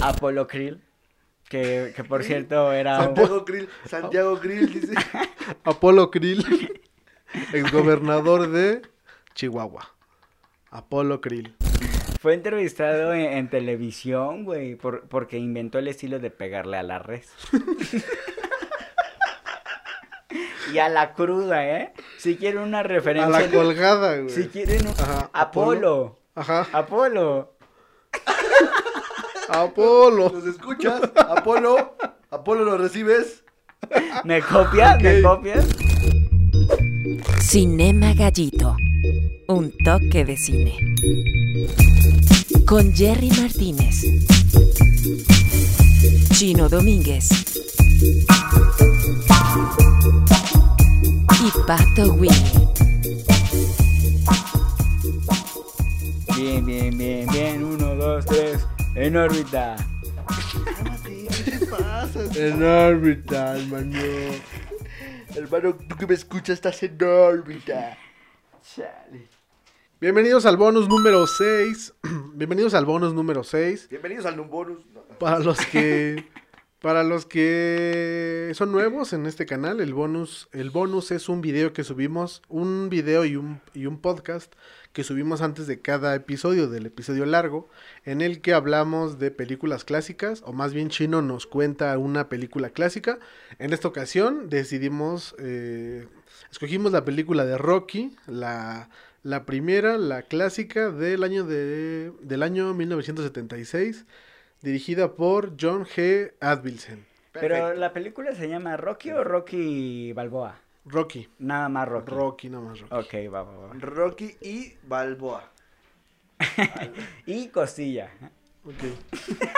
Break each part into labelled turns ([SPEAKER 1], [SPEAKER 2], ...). [SPEAKER 1] Apolo Krill. Que, que por cierto era. un-
[SPEAKER 2] Santiago Krill, Santiago Krill, dice.
[SPEAKER 3] Apolo Krill, exgobernador de Chihuahua. Apolo Krill.
[SPEAKER 1] Fue entrevistado en, en televisión, güey, por- porque inventó el estilo de pegarle a la res. y a la cruda, ¿eh? Si quieren una
[SPEAKER 3] A
[SPEAKER 1] referencia.
[SPEAKER 3] la colgada, güey.
[SPEAKER 1] si quieren un...
[SPEAKER 3] Ajá,
[SPEAKER 1] Apolo.
[SPEAKER 3] Ajá.
[SPEAKER 1] Apolo.
[SPEAKER 3] Apolo.
[SPEAKER 2] ¿Nos escuchas? Apolo, Apolo, ¿lo recibes?
[SPEAKER 1] ¿Me copias? ¿Me
[SPEAKER 3] Ah, Ok.
[SPEAKER 1] copias?
[SPEAKER 4] Cinema Gallito. Un toque de cine. Con Jerry Martínez. Chino Domínguez. Y Pato Winnie.
[SPEAKER 1] Bien, bien, bien, bien. Uno, dos, tres. En órbita.
[SPEAKER 2] Cálmate, ¿qué te pasa?
[SPEAKER 3] En órbita, hermano.
[SPEAKER 2] Hermano, tú que me escuchas estás en órbita.
[SPEAKER 1] Chale.
[SPEAKER 3] Bienvenidos al bonus número 6. Bienvenidos al bonus número 6.
[SPEAKER 2] Bienvenidos al Numbonus. No,
[SPEAKER 3] Para los que. Para los que son nuevos en este canal, el bonus, el bonus es un video que subimos, un video y un, y un podcast que subimos antes de cada episodio, del episodio largo, en el que hablamos de películas clásicas, o más bien Chino nos cuenta una película clásica. En esta ocasión decidimos, eh, escogimos la película de Rocky, la, la primera, la clásica del año, de, del año 1976 dirigida por John G. Advilsen.
[SPEAKER 1] Pero
[SPEAKER 2] perfecto.
[SPEAKER 1] la película se llama Rocky o Rocky Balboa.
[SPEAKER 3] Rocky.
[SPEAKER 1] Nada más Rocky.
[SPEAKER 3] Rocky, no más Rocky.
[SPEAKER 1] Ok, va, va, va.
[SPEAKER 2] Rocky y Balboa.
[SPEAKER 1] Y costilla.
[SPEAKER 3] Ok.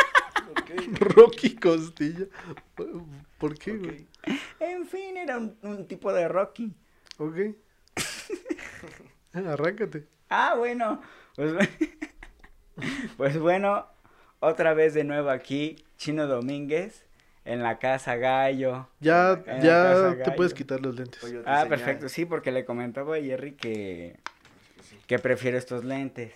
[SPEAKER 2] Ok,
[SPEAKER 3] Rocky Costilla. ¿Por qué, güey?
[SPEAKER 2] ok.
[SPEAKER 1] En fin, era un, un tipo de Rocky.
[SPEAKER 3] Ok. Arráncate.
[SPEAKER 1] Ah, bueno. Pues, pues bueno, otra vez de nuevo aquí, Chino Domínguez, en la casa Gallo.
[SPEAKER 3] Ya,
[SPEAKER 1] En la casa
[SPEAKER 3] ya te
[SPEAKER 1] Gallo.
[SPEAKER 3] puedes quitar este los lentes.
[SPEAKER 2] Oye, otra
[SPEAKER 1] Ah,
[SPEAKER 2] señal.
[SPEAKER 1] perfecto, sí, porque le comentaba a Jerry que, que prefiero estos lentes.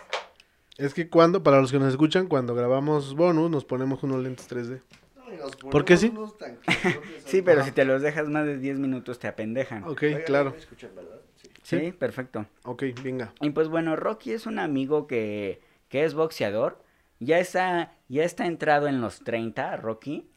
[SPEAKER 3] Es que cuando, para los que nos escuchan, cuando grabamos bonus, nos ponemos unos lentes 3D.
[SPEAKER 2] No, y nos
[SPEAKER 3] ¿Por qué
[SPEAKER 2] ponemos
[SPEAKER 3] sí?
[SPEAKER 2] unos tanquesotes
[SPEAKER 1] Sí, pero
[SPEAKER 2] ahorita.
[SPEAKER 1] si te los dejas más de 10 minutos te apendejan.
[SPEAKER 3] Ok,
[SPEAKER 2] Oigan,
[SPEAKER 3] claro.
[SPEAKER 2] me escuchan, ¿verdad? Sí.
[SPEAKER 1] sí, perfecto.
[SPEAKER 3] Ok, venga.
[SPEAKER 1] Y pues bueno, Rocky es un amigo que, que es boxeador. Ya está, ya está entrado en los 30, Rocky.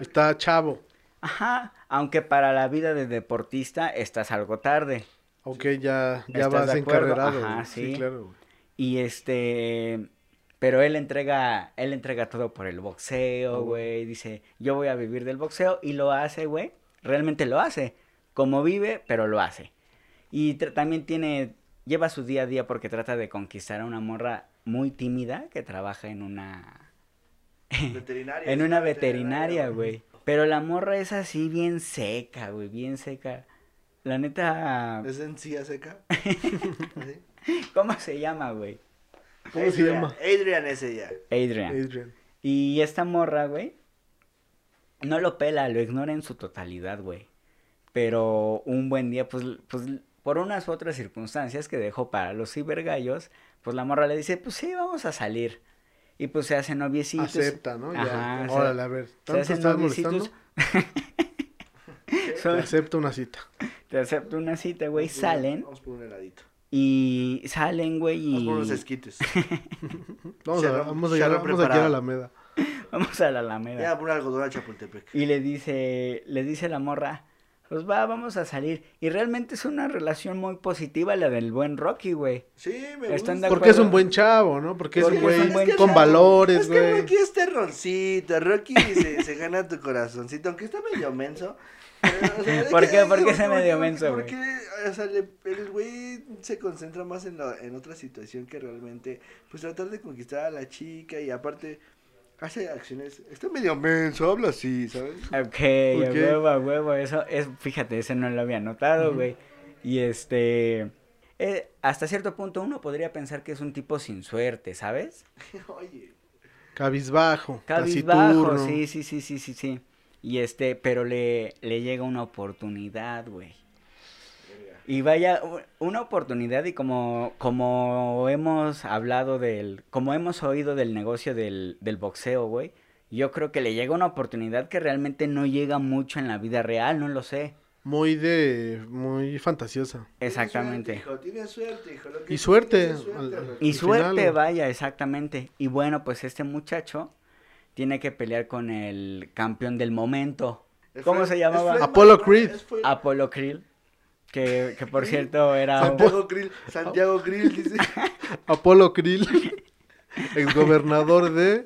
[SPEAKER 3] Está chavo.
[SPEAKER 1] Ajá, aunque para la vida de deportista estás algo tarde.
[SPEAKER 3] Ok, ya, ya
[SPEAKER 1] ¿Estás
[SPEAKER 3] vas
[SPEAKER 1] de acuerdo?
[SPEAKER 3] encarrerado.
[SPEAKER 1] Ajá,
[SPEAKER 3] güey.
[SPEAKER 1] sí.
[SPEAKER 3] claro. güey.
[SPEAKER 1] Y este, pero él entrega, él entrega todo por el boxeo,
[SPEAKER 3] Oh.
[SPEAKER 1] güey. Dice, yo voy a vivir del boxeo y lo hace, güey. Realmente lo hace. Como vive, pero lo hace. Y tra- también tiene, lleva su día a día porque trata de conquistar a una morra muy tímida que trabaja en una,
[SPEAKER 2] Veterinaria.
[SPEAKER 1] en
[SPEAKER 2] es
[SPEAKER 3] Este,
[SPEAKER 1] una veterinaria, güey. Pero la morra es así bien seca, güey, bien seca. La neta,
[SPEAKER 2] ¿Es encía seca? ¿Sí?
[SPEAKER 1] ¿cómo se llama, güey?
[SPEAKER 3] ¿Cómo se
[SPEAKER 2] Adrian-
[SPEAKER 3] llama?
[SPEAKER 2] Adrian es ella.
[SPEAKER 1] Adrian.
[SPEAKER 3] Adrian.
[SPEAKER 1] Y esta morra, güey, no lo pela, lo ignora en su totalidad, güey. Pero un buen día, pues, pues por unas u otras circunstancias que dejó para los cibergallos, pues la morra le dice, pues sí, vamos a salir. Y pues se hacen noviecitos.
[SPEAKER 3] Acepta, ¿no? Ya.
[SPEAKER 1] Ajá, o sea,
[SPEAKER 3] Órale, a ver.
[SPEAKER 1] se
[SPEAKER 3] ¿Tanto
[SPEAKER 1] hacen
[SPEAKER 3] estás molestando?
[SPEAKER 1] noviecitos. Son-
[SPEAKER 3] Te acepto una cita.
[SPEAKER 1] te acepto una cita, güey,
[SPEAKER 2] Vamos por un-
[SPEAKER 1] salen
[SPEAKER 2] Vamos por un heladito.
[SPEAKER 1] y salen, güey,
[SPEAKER 2] Vamos
[SPEAKER 1] y
[SPEAKER 2] por unos esquites.
[SPEAKER 3] Vamos a,
[SPEAKER 2] Shalom- shalom
[SPEAKER 3] vamos a llegar, vamos a llegar a
[SPEAKER 2] preparado.
[SPEAKER 3] Alameda.
[SPEAKER 1] vamos a la Alameda.
[SPEAKER 2] Ya, por un algodón a Chapultepec.
[SPEAKER 1] Y le dice, le dice la morra, pues va, vamos a salir. Y realmente es una relación muy positiva la del buen Rocky, güey.
[SPEAKER 2] Sí, me
[SPEAKER 1] Están de
[SPEAKER 2] gusta.
[SPEAKER 3] Porque es un
[SPEAKER 1] acuerdo.
[SPEAKER 3] buen chavo, ¿no? Porque es
[SPEAKER 1] Porque
[SPEAKER 3] un güey
[SPEAKER 1] es un buen
[SPEAKER 3] con
[SPEAKER 1] chavo.
[SPEAKER 3] valores,
[SPEAKER 2] Es que
[SPEAKER 3] güey.
[SPEAKER 2] Rocky es terroncito. Rocky se, se gana tu corazoncito, aunque está medio menso. pero, o sea, es
[SPEAKER 1] ¿Por
[SPEAKER 2] que-
[SPEAKER 1] qué?
[SPEAKER 2] es
[SPEAKER 1] ¿Por qué
[SPEAKER 2] que-
[SPEAKER 1] está medio menso, güey?
[SPEAKER 2] Porque o sea, le- el güey se concentra más en, la- en otra situación que realmente, pues tratar de conquistar a la chica y aparte hace acciones. Está medio menso, habla así, ¿sabes?
[SPEAKER 1] Ok,
[SPEAKER 3] Ok.
[SPEAKER 1] a huevo, a huevo, eso es, fíjate, ese no lo había notado, güey. Y este, eh, hasta cierto punto uno podría pensar que es un tipo sin suerte, ¿sabes?
[SPEAKER 2] Oye,
[SPEAKER 3] Cabizbajo,
[SPEAKER 1] Cabizbajo,
[SPEAKER 3] taciturno.
[SPEAKER 1] sí, sí, sí, sí, sí, sí. Y este, pero le, le llega una oportunidad, güey. Y vaya, u- una oportunidad y como, como hemos hablado del, como hemos oído del negocio del, del boxeo, güey, yo creo que le llega una oportunidad que realmente no llega mucho en la vida real, no lo sé.
[SPEAKER 3] Muy de. Muy fantasiosa.
[SPEAKER 1] Exactamente.
[SPEAKER 2] Tienes suerte, hijo, tienes suerte, hijo. lo que
[SPEAKER 3] Y
[SPEAKER 2] tú
[SPEAKER 3] suerte.
[SPEAKER 2] tienes es
[SPEAKER 3] al-
[SPEAKER 2] suerte,
[SPEAKER 3] al
[SPEAKER 1] Y suerte,
[SPEAKER 3] final,
[SPEAKER 1] vaya, exactamente. Y bueno, pues este muchacho tiene que pelear con el campeón del momento.
[SPEAKER 2] El
[SPEAKER 1] ¿Cómo
[SPEAKER 2] Fred-
[SPEAKER 1] se
[SPEAKER 2] es
[SPEAKER 1] llamaba?
[SPEAKER 2] Fred
[SPEAKER 3] Apollo
[SPEAKER 2] Manuel,
[SPEAKER 3] Creed.
[SPEAKER 2] es Fred-
[SPEAKER 1] Apolo Krill, que, que por cierto era... un-
[SPEAKER 2] Santiago Grill. Santiago Grill dice.
[SPEAKER 3] Apolo Krill. Exgobernador de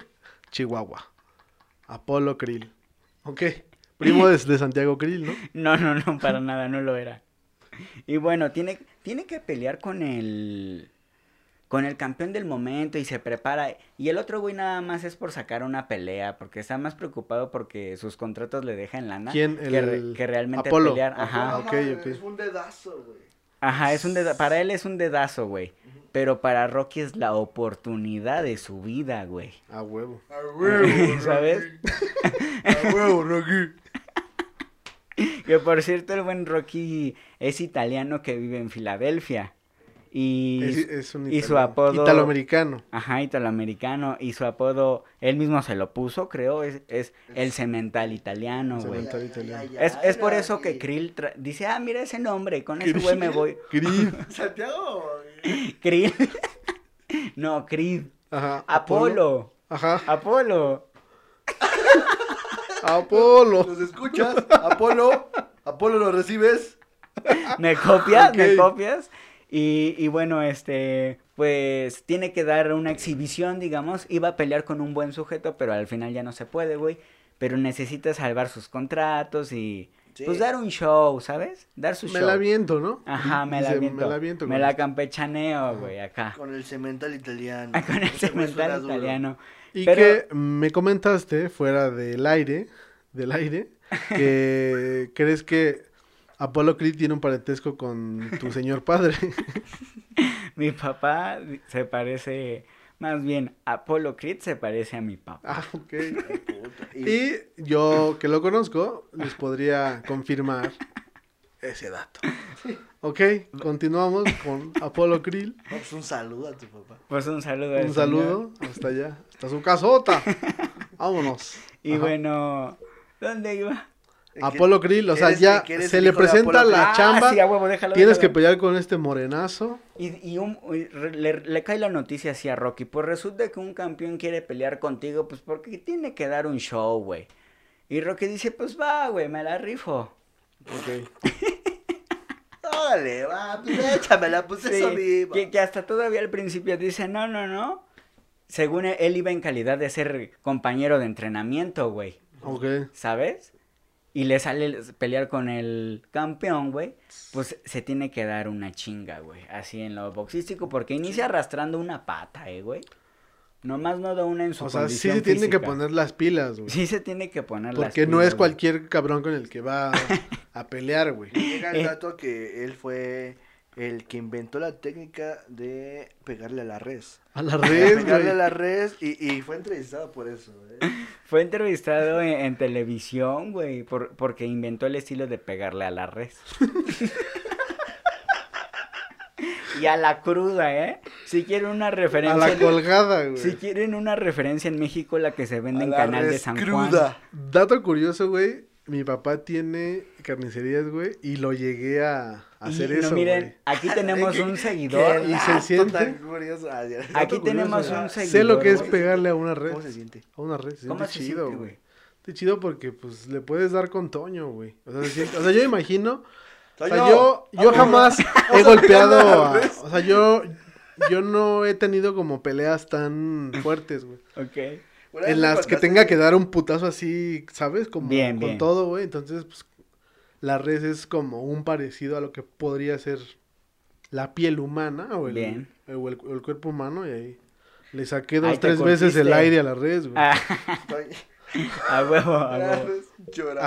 [SPEAKER 3] Chihuahua. Apolo Krill. Ok. Primo de, de Santiago Krill,
[SPEAKER 1] No,
[SPEAKER 3] ¿no?
[SPEAKER 1] no, no, para nada, no lo era. Y bueno, tiene, tiene que pelear con el con el campeón del momento y se prepara. Y el otro güey nada más es por sacar una pelea, porque está más preocupado porque sus contratos le dejan lana
[SPEAKER 3] ¿Quién?
[SPEAKER 1] que, re-
[SPEAKER 3] El-
[SPEAKER 1] que realmente
[SPEAKER 3] Apolo.
[SPEAKER 1] pelear.
[SPEAKER 2] No
[SPEAKER 1] Ajá,
[SPEAKER 3] ok,
[SPEAKER 2] mames,
[SPEAKER 3] ok.
[SPEAKER 2] Es un dedazo, güey.
[SPEAKER 1] ajá, es un deda- para él es un dedazo, güey. Pero para Rocky es la oportunidad de su vida, güey.
[SPEAKER 3] A huevo.
[SPEAKER 2] A huevo,
[SPEAKER 1] ¿Sabes?
[SPEAKER 2] Rocky. A huevo, Rocky.
[SPEAKER 1] Que por cierto, el buen Rocky es italiano que vive en Filadelfia. Y
[SPEAKER 3] Es, es un
[SPEAKER 1] y su
[SPEAKER 3] italiano.
[SPEAKER 1] apodo-
[SPEAKER 3] Italoamericano.
[SPEAKER 1] Ajá, italoamericano. Y su apodo, él mismo se lo puso, creo, es, es el cemental italiano, güey.
[SPEAKER 3] Cemental. italiano.
[SPEAKER 1] Es, es por eso que
[SPEAKER 2] Rocky.
[SPEAKER 1] Krill tra- dice, ah, mira ese nombre, con ese güey me voy.
[SPEAKER 3] Creed.
[SPEAKER 2] Santiago.
[SPEAKER 1] Krill. no, Krill.
[SPEAKER 3] Ajá.
[SPEAKER 1] Apolo.
[SPEAKER 3] Ajá.
[SPEAKER 1] Apolo.
[SPEAKER 3] Apolo.
[SPEAKER 2] ¿Los escuchas? Apolo. Apolo, ¿lo recibes?
[SPEAKER 1] ¿Me copias? ¿Me
[SPEAKER 3] Ok.
[SPEAKER 1] copias? Y, y bueno, este, pues tiene que dar una exhibición, digamos. Iba a pelear con un buen sujeto, pero al final ya no se puede, güey. Pero necesita salvar sus contratos y
[SPEAKER 2] Sí.
[SPEAKER 1] pues dar un show, ¿sabes? Dar su
[SPEAKER 3] Me
[SPEAKER 1] show.
[SPEAKER 3] la viento, ¿no?
[SPEAKER 1] Ajá, me la
[SPEAKER 3] Dice,
[SPEAKER 1] viento.
[SPEAKER 3] Me la viento.
[SPEAKER 1] Me
[SPEAKER 3] güey.
[SPEAKER 1] la campechaneo, güey, acá.
[SPEAKER 2] Con el cemental italiano.
[SPEAKER 1] Ah, Con el
[SPEAKER 2] Ese güey suena
[SPEAKER 1] cemental
[SPEAKER 2] duro.
[SPEAKER 1] italiano.
[SPEAKER 3] Y
[SPEAKER 1] Pero-
[SPEAKER 3] que me comentaste fuera del aire, del aire, que crees que Apolo Creed tiene un parentesco con tu señor padre.
[SPEAKER 1] Mi papá se parece, más bien, Apolo Creed se parece a mi papá.
[SPEAKER 3] ah, ok.
[SPEAKER 2] Puta, Y,
[SPEAKER 3] Y yo que lo conozco, les podría confirmar ese dato. Ok, continuamos con Apolo Creed.
[SPEAKER 2] no, pues, un saludo a tu papá.
[SPEAKER 1] Pues un saludo. al señor.
[SPEAKER 3] Un saludo hasta allá, hasta su casota. Vámonos.
[SPEAKER 1] Y
[SPEAKER 3] Ajá.
[SPEAKER 1] bueno, ¿dónde iba?
[SPEAKER 3] Apolo Krill, o sea,
[SPEAKER 2] Eres-
[SPEAKER 3] ya
[SPEAKER 2] que eres
[SPEAKER 3] se
[SPEAKER 2] el
[SPEAKER 3] le
[SPEAKER 2] hijo de
[SPEAKER 3] presenta
[SPEAKER 2] Apolo
[SPEAKER 3] la
[SPEAKER 1] Ah,
[SPEAKER 3] chamba.
[SPEAKER 1] sí, a huevo, déjalo,
[SPEAKER 3] Tienes que
[SPEAKER 1] déjalo.
[SPEAKER 3] pelear con este morenazo.
[SPEAKER 1] Y, y un- y re- le, le cae la noticia así a Rocky. Pues resulta que un campeón quiere pelear contigo, pues porque tiene que dar un show, güey. Y Rocky dice, pues va, güey, me la rifo.
[SPEAKER 2] Órale, va, pues échamela, pues
[SPEAKER 1] Sí,
[SPEAKER 2] eso mismo.
[SPEAKER 1] que, que hasta todavía al principio dice, no, no, no. Según él, él iba en calidad de ser compañero de entrenamiento, güey.
[SPEAKER 3] Ok.
[SPEAKER 1] ¿Sabes? Y le sale el- pelear con el campeón, güey. Pues se tiene que dar una chinga, güey. Así en lo boxístico, porque inicia arrastrando una pata, eh, güey. Nomás no da una en su
[SPEAKER 3] O sea, sí
[SPEAKER 1] condición
[SPEAKER 3] se tiene que
[SPEAKER 1] física.
[SPEAKER 3] poner las pilas, güey.
[SPEAKER 1] Sí se tiene que poner las
[SPEAKER 3] porque no es
[SPEAKER 1] pilas, güey.
[SPEAKER 3] cualquier cabrón con el que va a pelear, güey.
[SPEAKER 2] Llega
[SPEAKER 1] Eh.
[SPEAKER 2] el dato que él fue el que inventó la técnica de pegarle a la res.
[SPEAKER 3] A la
[SPEAKER 2] De
[SPEAKER 3] red,
[SPEAKER 2] pegarle a
[SPEAKER 3] güey.
[SPEAKER 2] la res y, y fue entrevistado por eso. ¿eh?
[SPEAKER 1] Fue entrevistado en, en televisión, güey, por- porque inventó el estilo de pegarle a la red. y a la cruda, ¿eh? Si quieren una
[SPEAKER 3] A
[SPEAKER 1] referencia...
[SPEAKER 3] la colgada, güey.
[SPEAKER 1] Si quieren una referencia en México, la que se vende
[SPEAKER 2] A
[SPEAKER 1] en
[SPEAKER 2] la
[SPEAKER 1] Canal de
[SPEAKER 2] res
[SPEAKER 1] San Juan.
[SPEAKER 2] cruda.
[SPEAKER 3] Dato curioso, güey. Mi papá tiene carnicerías, güey, y lo llegué a a
[SPEAKER 1] Y,
[SPEAKER 3] hacer
[SPEAKER 1] no,
[SPEAKER 3] eso,
[SPEAKER 1] miren,
[SPEAKER 3] güey.
[SPEAKER 1] aquí tenemos
[SPEAKER 2] Qué-
[SPEAKER 1] un
[SPEAKER 2] qué
[SPEAKER 1] seguidor. Ah,
[SPEAKER 3] y se
[SPEAKER 2] dato
[SPEAKER 3] siente-
[SPEAKER 2] tan curioso. Ah, ya.
[SPEAKER 1] Aquí
[SPEAKER 3] Dato curioso,
[SPEAKER 1] tenemos
[SPEAKER 3] güey.
[SPEAKER 1] un
[SPEAKER 3] Ah, Sé lo
[SPEAKER 1] seguidor,
[SPEAKER 3] que es
[SPEAKER 1] güey.
[SPEAKER 3] pegarle a una red.
[SPEAKER 2] ¿Cómo se siente?
[SPEAKER 3] A una red, se
[SPEAKER 1] ¿Cómo
[SPEAKER 3] siente
[SPEAKER 1] se
[SPEAKER 3] chido,
[SPEAKER 1] siente,
[SPEAKER 3] güey.
[SPEAKER 1] güey?
[SPEAKER 3] Está chido porque, pues, le puedes dar con Toño, güey. O sea, se siente- o sea, yo imagino O
[SPEAKER 2] Soy
[SPEAKER 3] sea, yo, yo jamás he golpeado a... O sea, yo, yo no he tenido como peleas tan fuertes, güey.
[SPEAKER 1] Ok.
[SPEAKER 2] Una vez
[SPEAKER 3] En
[SPEAKER 2] me
[SPEAKER 3] las que
[SPEAKER 2] contaste
[SPEAKER 3] tenga que dar un putazo así, ¿sabes? Como
[SPEAKER 1] Bien,
[SPEAKER 3] con
[SPEAKER 1] bien.
[SPEAKER 3] todo, güey. Entonces, pues, la red es como un parecido a lo que podría ser la piel humana o el,
[SPEAKER 1] Bien.
[SPEAKER 3] o el, o el cuerpo humano. Y ahí le saqué dos,
[SPEAKER 1] Ahí te
[SPEAKER 3] tres veces el
[SPEAKER 1] curtiste.
[SPEAKER 3] aire a la red, güey.
[SPEAKER 1] Ah,
[SPEAKER 2] Estoy-
[SPEAKER 1] a huevo, a
[SPEAKER 2] Una
[SPEAKER 3] Ah, pues,
[SPEAKER 1] huevo.
[SPEAKER 2] vez lloraba.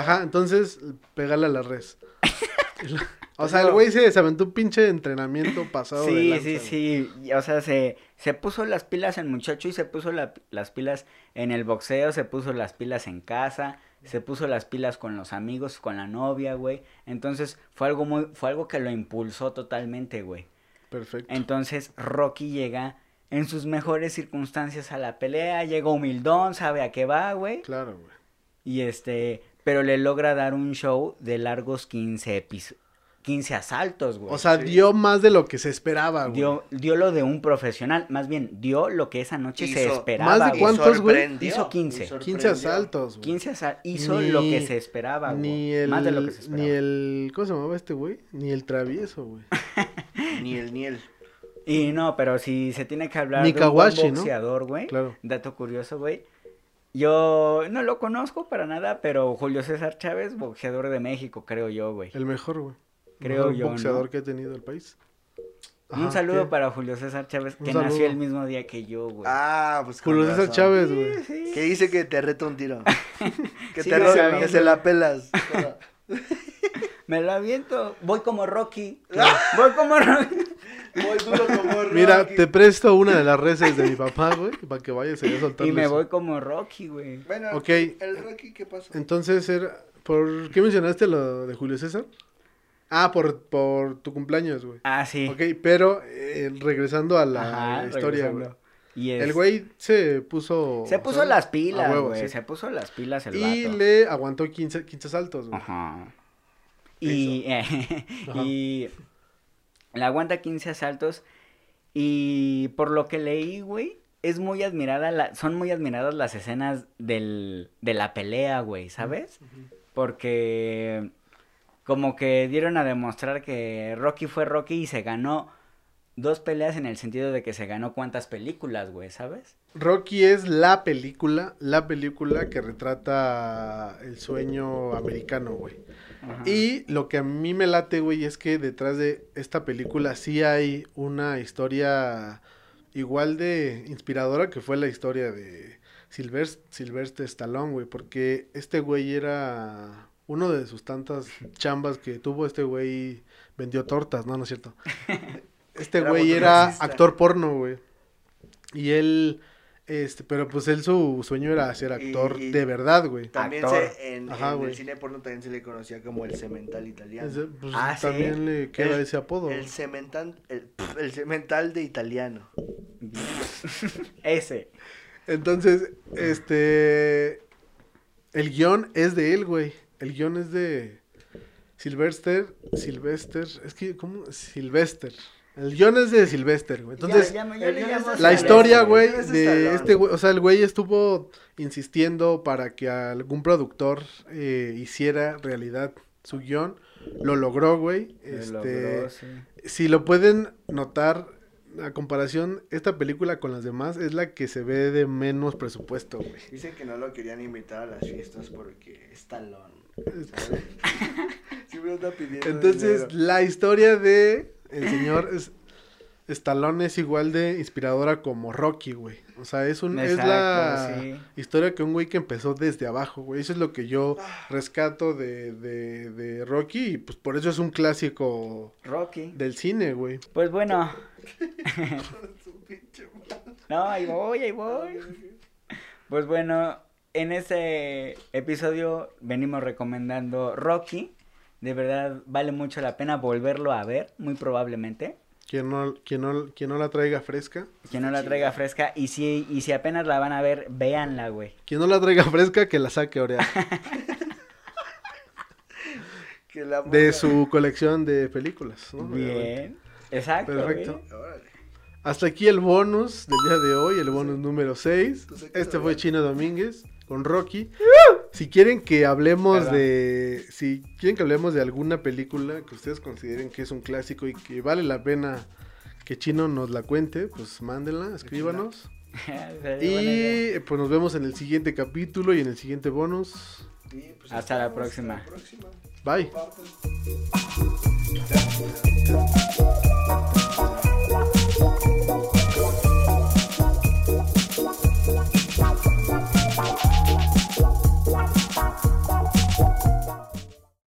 [SPEAKER 3] Ajá, entonces, pégale a la red. O sea, el güey se desaventó un pinche entrenamiento pasado de
[SPEAKER 1] Sí,
[SPEAKER 3] lanza,
[SPEAKER 1] sí,
[SPEAKER 3] güey.
[SPEAKER 1] sí. y, O sea, se, se puso las pilas el muchacho y se puso la- las pilas en el boxeo, se puso las pilas en casa, se puso las pilas con los amigos, con la novia, güey. Entonces fue algo muy, fue algo que lo impulsó totalmente, güey.
[SPEAKER 3] Perfecto.
[SPEAKER 1] Entonces Rocky llega en sus mejores circunstancias a la pelea, llega humildón, sabe a qué va, güey.
[SPEAKER 3] Claro, güey.
[SPEAKER 1] Y este, pero le logra dar un show de largos 15 epis- 15 asaltos, güey.
[SPEAKER 3] O sea,
[SPEAKER 2] sí.
[SPEAKER 3] dio más de lo que se esperaba, güey.
[SPEAKER 1] Dio, dio lo de un profesional, más bien, dio lo que esa noche se
[SPEAKER 2] Hizo-
[SPEAKER 1] esperaba.
[SPEAKER 3] ¿Más de
[SPEAKER 1] güey.
[SPEAKER 3] cuánto? ¿Cuántos, güey?
[SPEAKER 2] sorprendió,
[SPEAKER 1] Hizo 15.
[SPEAKER 2] y
[SPEAKER 3] 15
[SPEAKER 2] sorprendió.
[SPEAKER 3] asaltos, güey.
[SPEAKER 1] 15 asa- hizo
[SPEAKER 3] Ni-
[SPEAKER 1] lo que se esperaba, güey.
[SPEAKER 3] Ni el,
[SPEAKER 1] Más de lo que se esperaba.
[SPEAKER 3] Ni el. ¿Cómo se llamaba este güey? Ni el travieso, güey.
[SPEAKER 2] Ni el ni el.
[SPEAKER 1] Y no, pero si se tiene que hablar de
[SPEAKER 3] Ni
[SPEAKER 1] un buen
[SPEAKER 3] Kawashi, ¿no?
[SPEAKER 1] boxeador, güey.
[SPEAKER 3] Claro.
[SPEAKER 1] Dato curioso, güey. Yo no lo conozco para nada, pero Julio César Chávez, boxeador de México, creo yo, güey.
[SPEAKER 3] El mejor, güey. El
[SPEAKER 1] Creo
[SPEAKER 3] mejor
[SPEAKER 1] yo,
[SPEAKER 3] boxeador
[SPEAKER 1] ¿no?
[SPEAKER 3] que ha tenido el país. Ajá,
[SPEAKER 1] Un saludo
[SPEAKER 3] ¿qué?
[SPEAKER 1] para Julio César Chávez,
[SPEAKER 3] Un
[SPEAKER 1] que
[SPEAKER 3] saludo.
[SPEAKER 1] nació el mismo día que yo, güey.
[SPEAKER 2] Ah, pues con
[SPEAKER 3] Julio César
[SPEAKER 2] razón.
[SPEAKER 3] Chávez, güey.
[SPEAKER 1] Sí.
[SPEAKER 2] Que dice que te reta un tiro. que
[SPEAKER 1] Sí,
[SPEAKER 2] te
[SPEAKER 1] lo
[SPEAKER 2] ro-
[SPEAKER 1] sabía.
[SPEAKER 2] que se la pelas.
[SPEAKER 1] Me lo aviento. Voy como Rocky.
[SPEAKER 3] Ah.
[SPEAKER 1] Voy como Rocky.
[SPEAKER 2] Muy duro como Rocky.
[SPEAKER 3] Mira, te presto una de las reses de mi papá, güey, para que vayas a soltar.
[SPEAKER 1] Y me voy como Rocky, güey.
[SPEAKER 2] Bueno,
[SPEAKER 3] Ok.
[SPEAKER 2] el Rocky, ¿qué pasó?
[SPEAKER 3] Entonces, era- ¿por qué mencionaste lo de Julio César? Ah, por, por tu cumpleaños, güey.
[SPEAKER 1] Ah, sí.
[SPEAKER 3] Ok, pero eh, regresando a la
[SPEAKER 1] Ajá,
[SPEAKER 3] historia, güey.
[SPEAKER 1] regresando. Y es-
[SPEAKER 3] El güey se puso...
[SPEAKER 1] Se puso
[SPEAKER 3] ¿sabes?
[SPEAKER 1] las
[SPEAKER 3] A
[SPEAKER 1] pilas,
[SPEAKER 3] huevo,
[SPEAKER 1] güey.
[SPEAKER 3] sí.
[SPEAKER 1] Se puso las pilas el
[SPEAKER 3] Y
[SPEAKER 1] vato.
[SPEAKER 3] le aguantó 15, 15 saltos, güey.
[SPEAKER 1] Ajá. Y, eh, y le aguanta 15 asaltos. Y por lo que leí, güey, es muy admirada, la- son muy admiradas las escenas del, de la pelea, güey, ¿sabes? Porque como que dieron a demostrar que Rocky fue Rocky y se ganó dos peleas en el sentido de que se ganó cuántas películas, güey, ¿sabes?
[SPEAKER 3] Rocky es la película, la película que retrata el sueño americano, güey.
[SPEAKER 1] Ajá.
[SPEAKER 3] Y lo que a mí me late, güey, es que detrás de esta película sí hay una historia igual de inspiradora que fue la historia de Silver- Sylvester Stallone, güey, porque este güey era uno de sus tantas chambas que tuvo este güey, vendió tortas, no, no es cierto. Este
[SPEAKER 2] Era
[SPEAKER 3] güey era
[SPEAKER 2] mototaxista.
[SPEAKER 3] actor porno, güey. Y él, este, pero pues él su sueño era ser actor
[SPEAKER 2] Y-
[SPEAKER 3] de verdad, güey.
[SPEAKER 2] También
[SPEAKER 1] Actor.
[SPEAKER 2] se, en,
[SPEAKER 3] Ajá,
[SPEAKER 2] en
[SPEAKER 3] güey.
[SPEAKER 2] el cine porno también se le conocía como el cemental italiano.
[SPEAKER 3] Ese, pues,
[SPEAKER 1] Ah, sí.
[SPEAKER 3] también le queda
[SPEAKER 2] El-
[SPEAKER 3] ese apodo. güey.
[SPEAKER 2] El cemental, el, pf, el cemental de italiano.
[SPEAKER 1] Ese.
[SPEAKER 3] Entonces, este. El guión es de él, güey. El guión es de. Sylvester. Sylvester. Es que, ¿cómo? Sylvester. El guión es de Sylvester, güey. Entonces, eh,
[SPEAKER 1] Ya le llamo- yo le llamo
[SPEAKER 3] la
[SPEAKER 1] Stallone,
[SPEAKER 3] historia, güey,
[SPEAKER 2] Ese es
[SPEAKER 3] de
[SPEAKER 2] Stallone.
[SPEAKER 3] este güey. O sea, el güey estuvo insistiendo para que algún productor eh, hiciera realidad su guión. Lo logró, güey.
[SPEAKER 1] Lo
[SPEAKER 3] Este
[SPEAKER 1] logró, sí.
[SPEAKER 3] si lo pueden notar, a comparación, esta película con las demás es la que se ve de menos presupuesto, güey.
[SPEAKER 2] Dicen que no lo querían invitar a las fiestas porque es talón. ¿sabes? Siempre anda pidiendo
[SPEAKER 3] Entonces,
[SPEAKER 2] dinero.
[SPEAKER 3] la historia de el señor es- Stallone es igual de inspiradora como Rocky, güey. O sea, es un es la
[SPEAKER 1] Exacto, sí.
[SPEAKER 3] historia que un güey que empezó desde abajo, güey. Eso es lo que yo
[SPEAKER 1] Ah.
[SPEAKER 3] rescato de, de, de Rocky y pues por eso es un clásico
[SPEAKER 1] Rocky.
[SPEAKER 3] del cine, güey.
[SPEAKER 1] Pues bueno,
[SPEAKER 2] Su pinche madre.
[SPEAKER 1] no, ahí voy, ahí voy. Pues bueno, en este episodio venimos recomendando Rocky. De verdad, vale mucho la pena volverlo a ver, muy probablemente.
[SPEAKER 3] Quien no, quien no, quien no la traiga fresca.
[SPEAKER 1] Quien no la traiga fresca. Y si, y si apenas la van a ver, véanla, güey.
[SPEAKER 3] Quien no la traiga fresca, que la saque orear.
[SPEAKER 2] Que la
[SPEAKER 3] De
[SPEAKER 2] morra-
[SPEAKER 3] su colección de películas. ¿no? Obviamente.
[SPEAKER 1] Bien. Exacto.
[SPEAKER 3] Perfecto.
[SPEAKER 1] güey.
[SPEAKER 2] Órale.
[SPEAKER 3] Hasta aquí el bonus del día de hoy, el bonus número 6.
[SPEAKER 2] Tú saca
[SPEAKER 3] Este
[SPEAKER 2] la
[SPEAKER 3] fue
[SPEAKER 2] verga.
[SPEAKER 3] Chino Domínguez con Rocky. Si quieren que hablemos
[SPEAKER 1] Perdón.
[SPEAKER 3] de. Si quieren que hablemos de alguna película que ustedes consideren que es un clásico y que vale la pena que Chino nos la cuente, pues mándenla, escríbanos.
[SPEAKER 1] Sería buena idea.
[SPEAKER 3] Y eh, pues nos vemos en el siguiente capítulo y en el siguiente bonus.
[SPEAKER 2] Sí, pues,
[SPEAKER 1] Hasta la
[SPEAKER 2] estamos,
[SPEAKER 1] próxima.
[SPEAKER 2] Hasta la próxima.
[SPEAKER 3] Bye.
[SPEAKER 2] Compartan.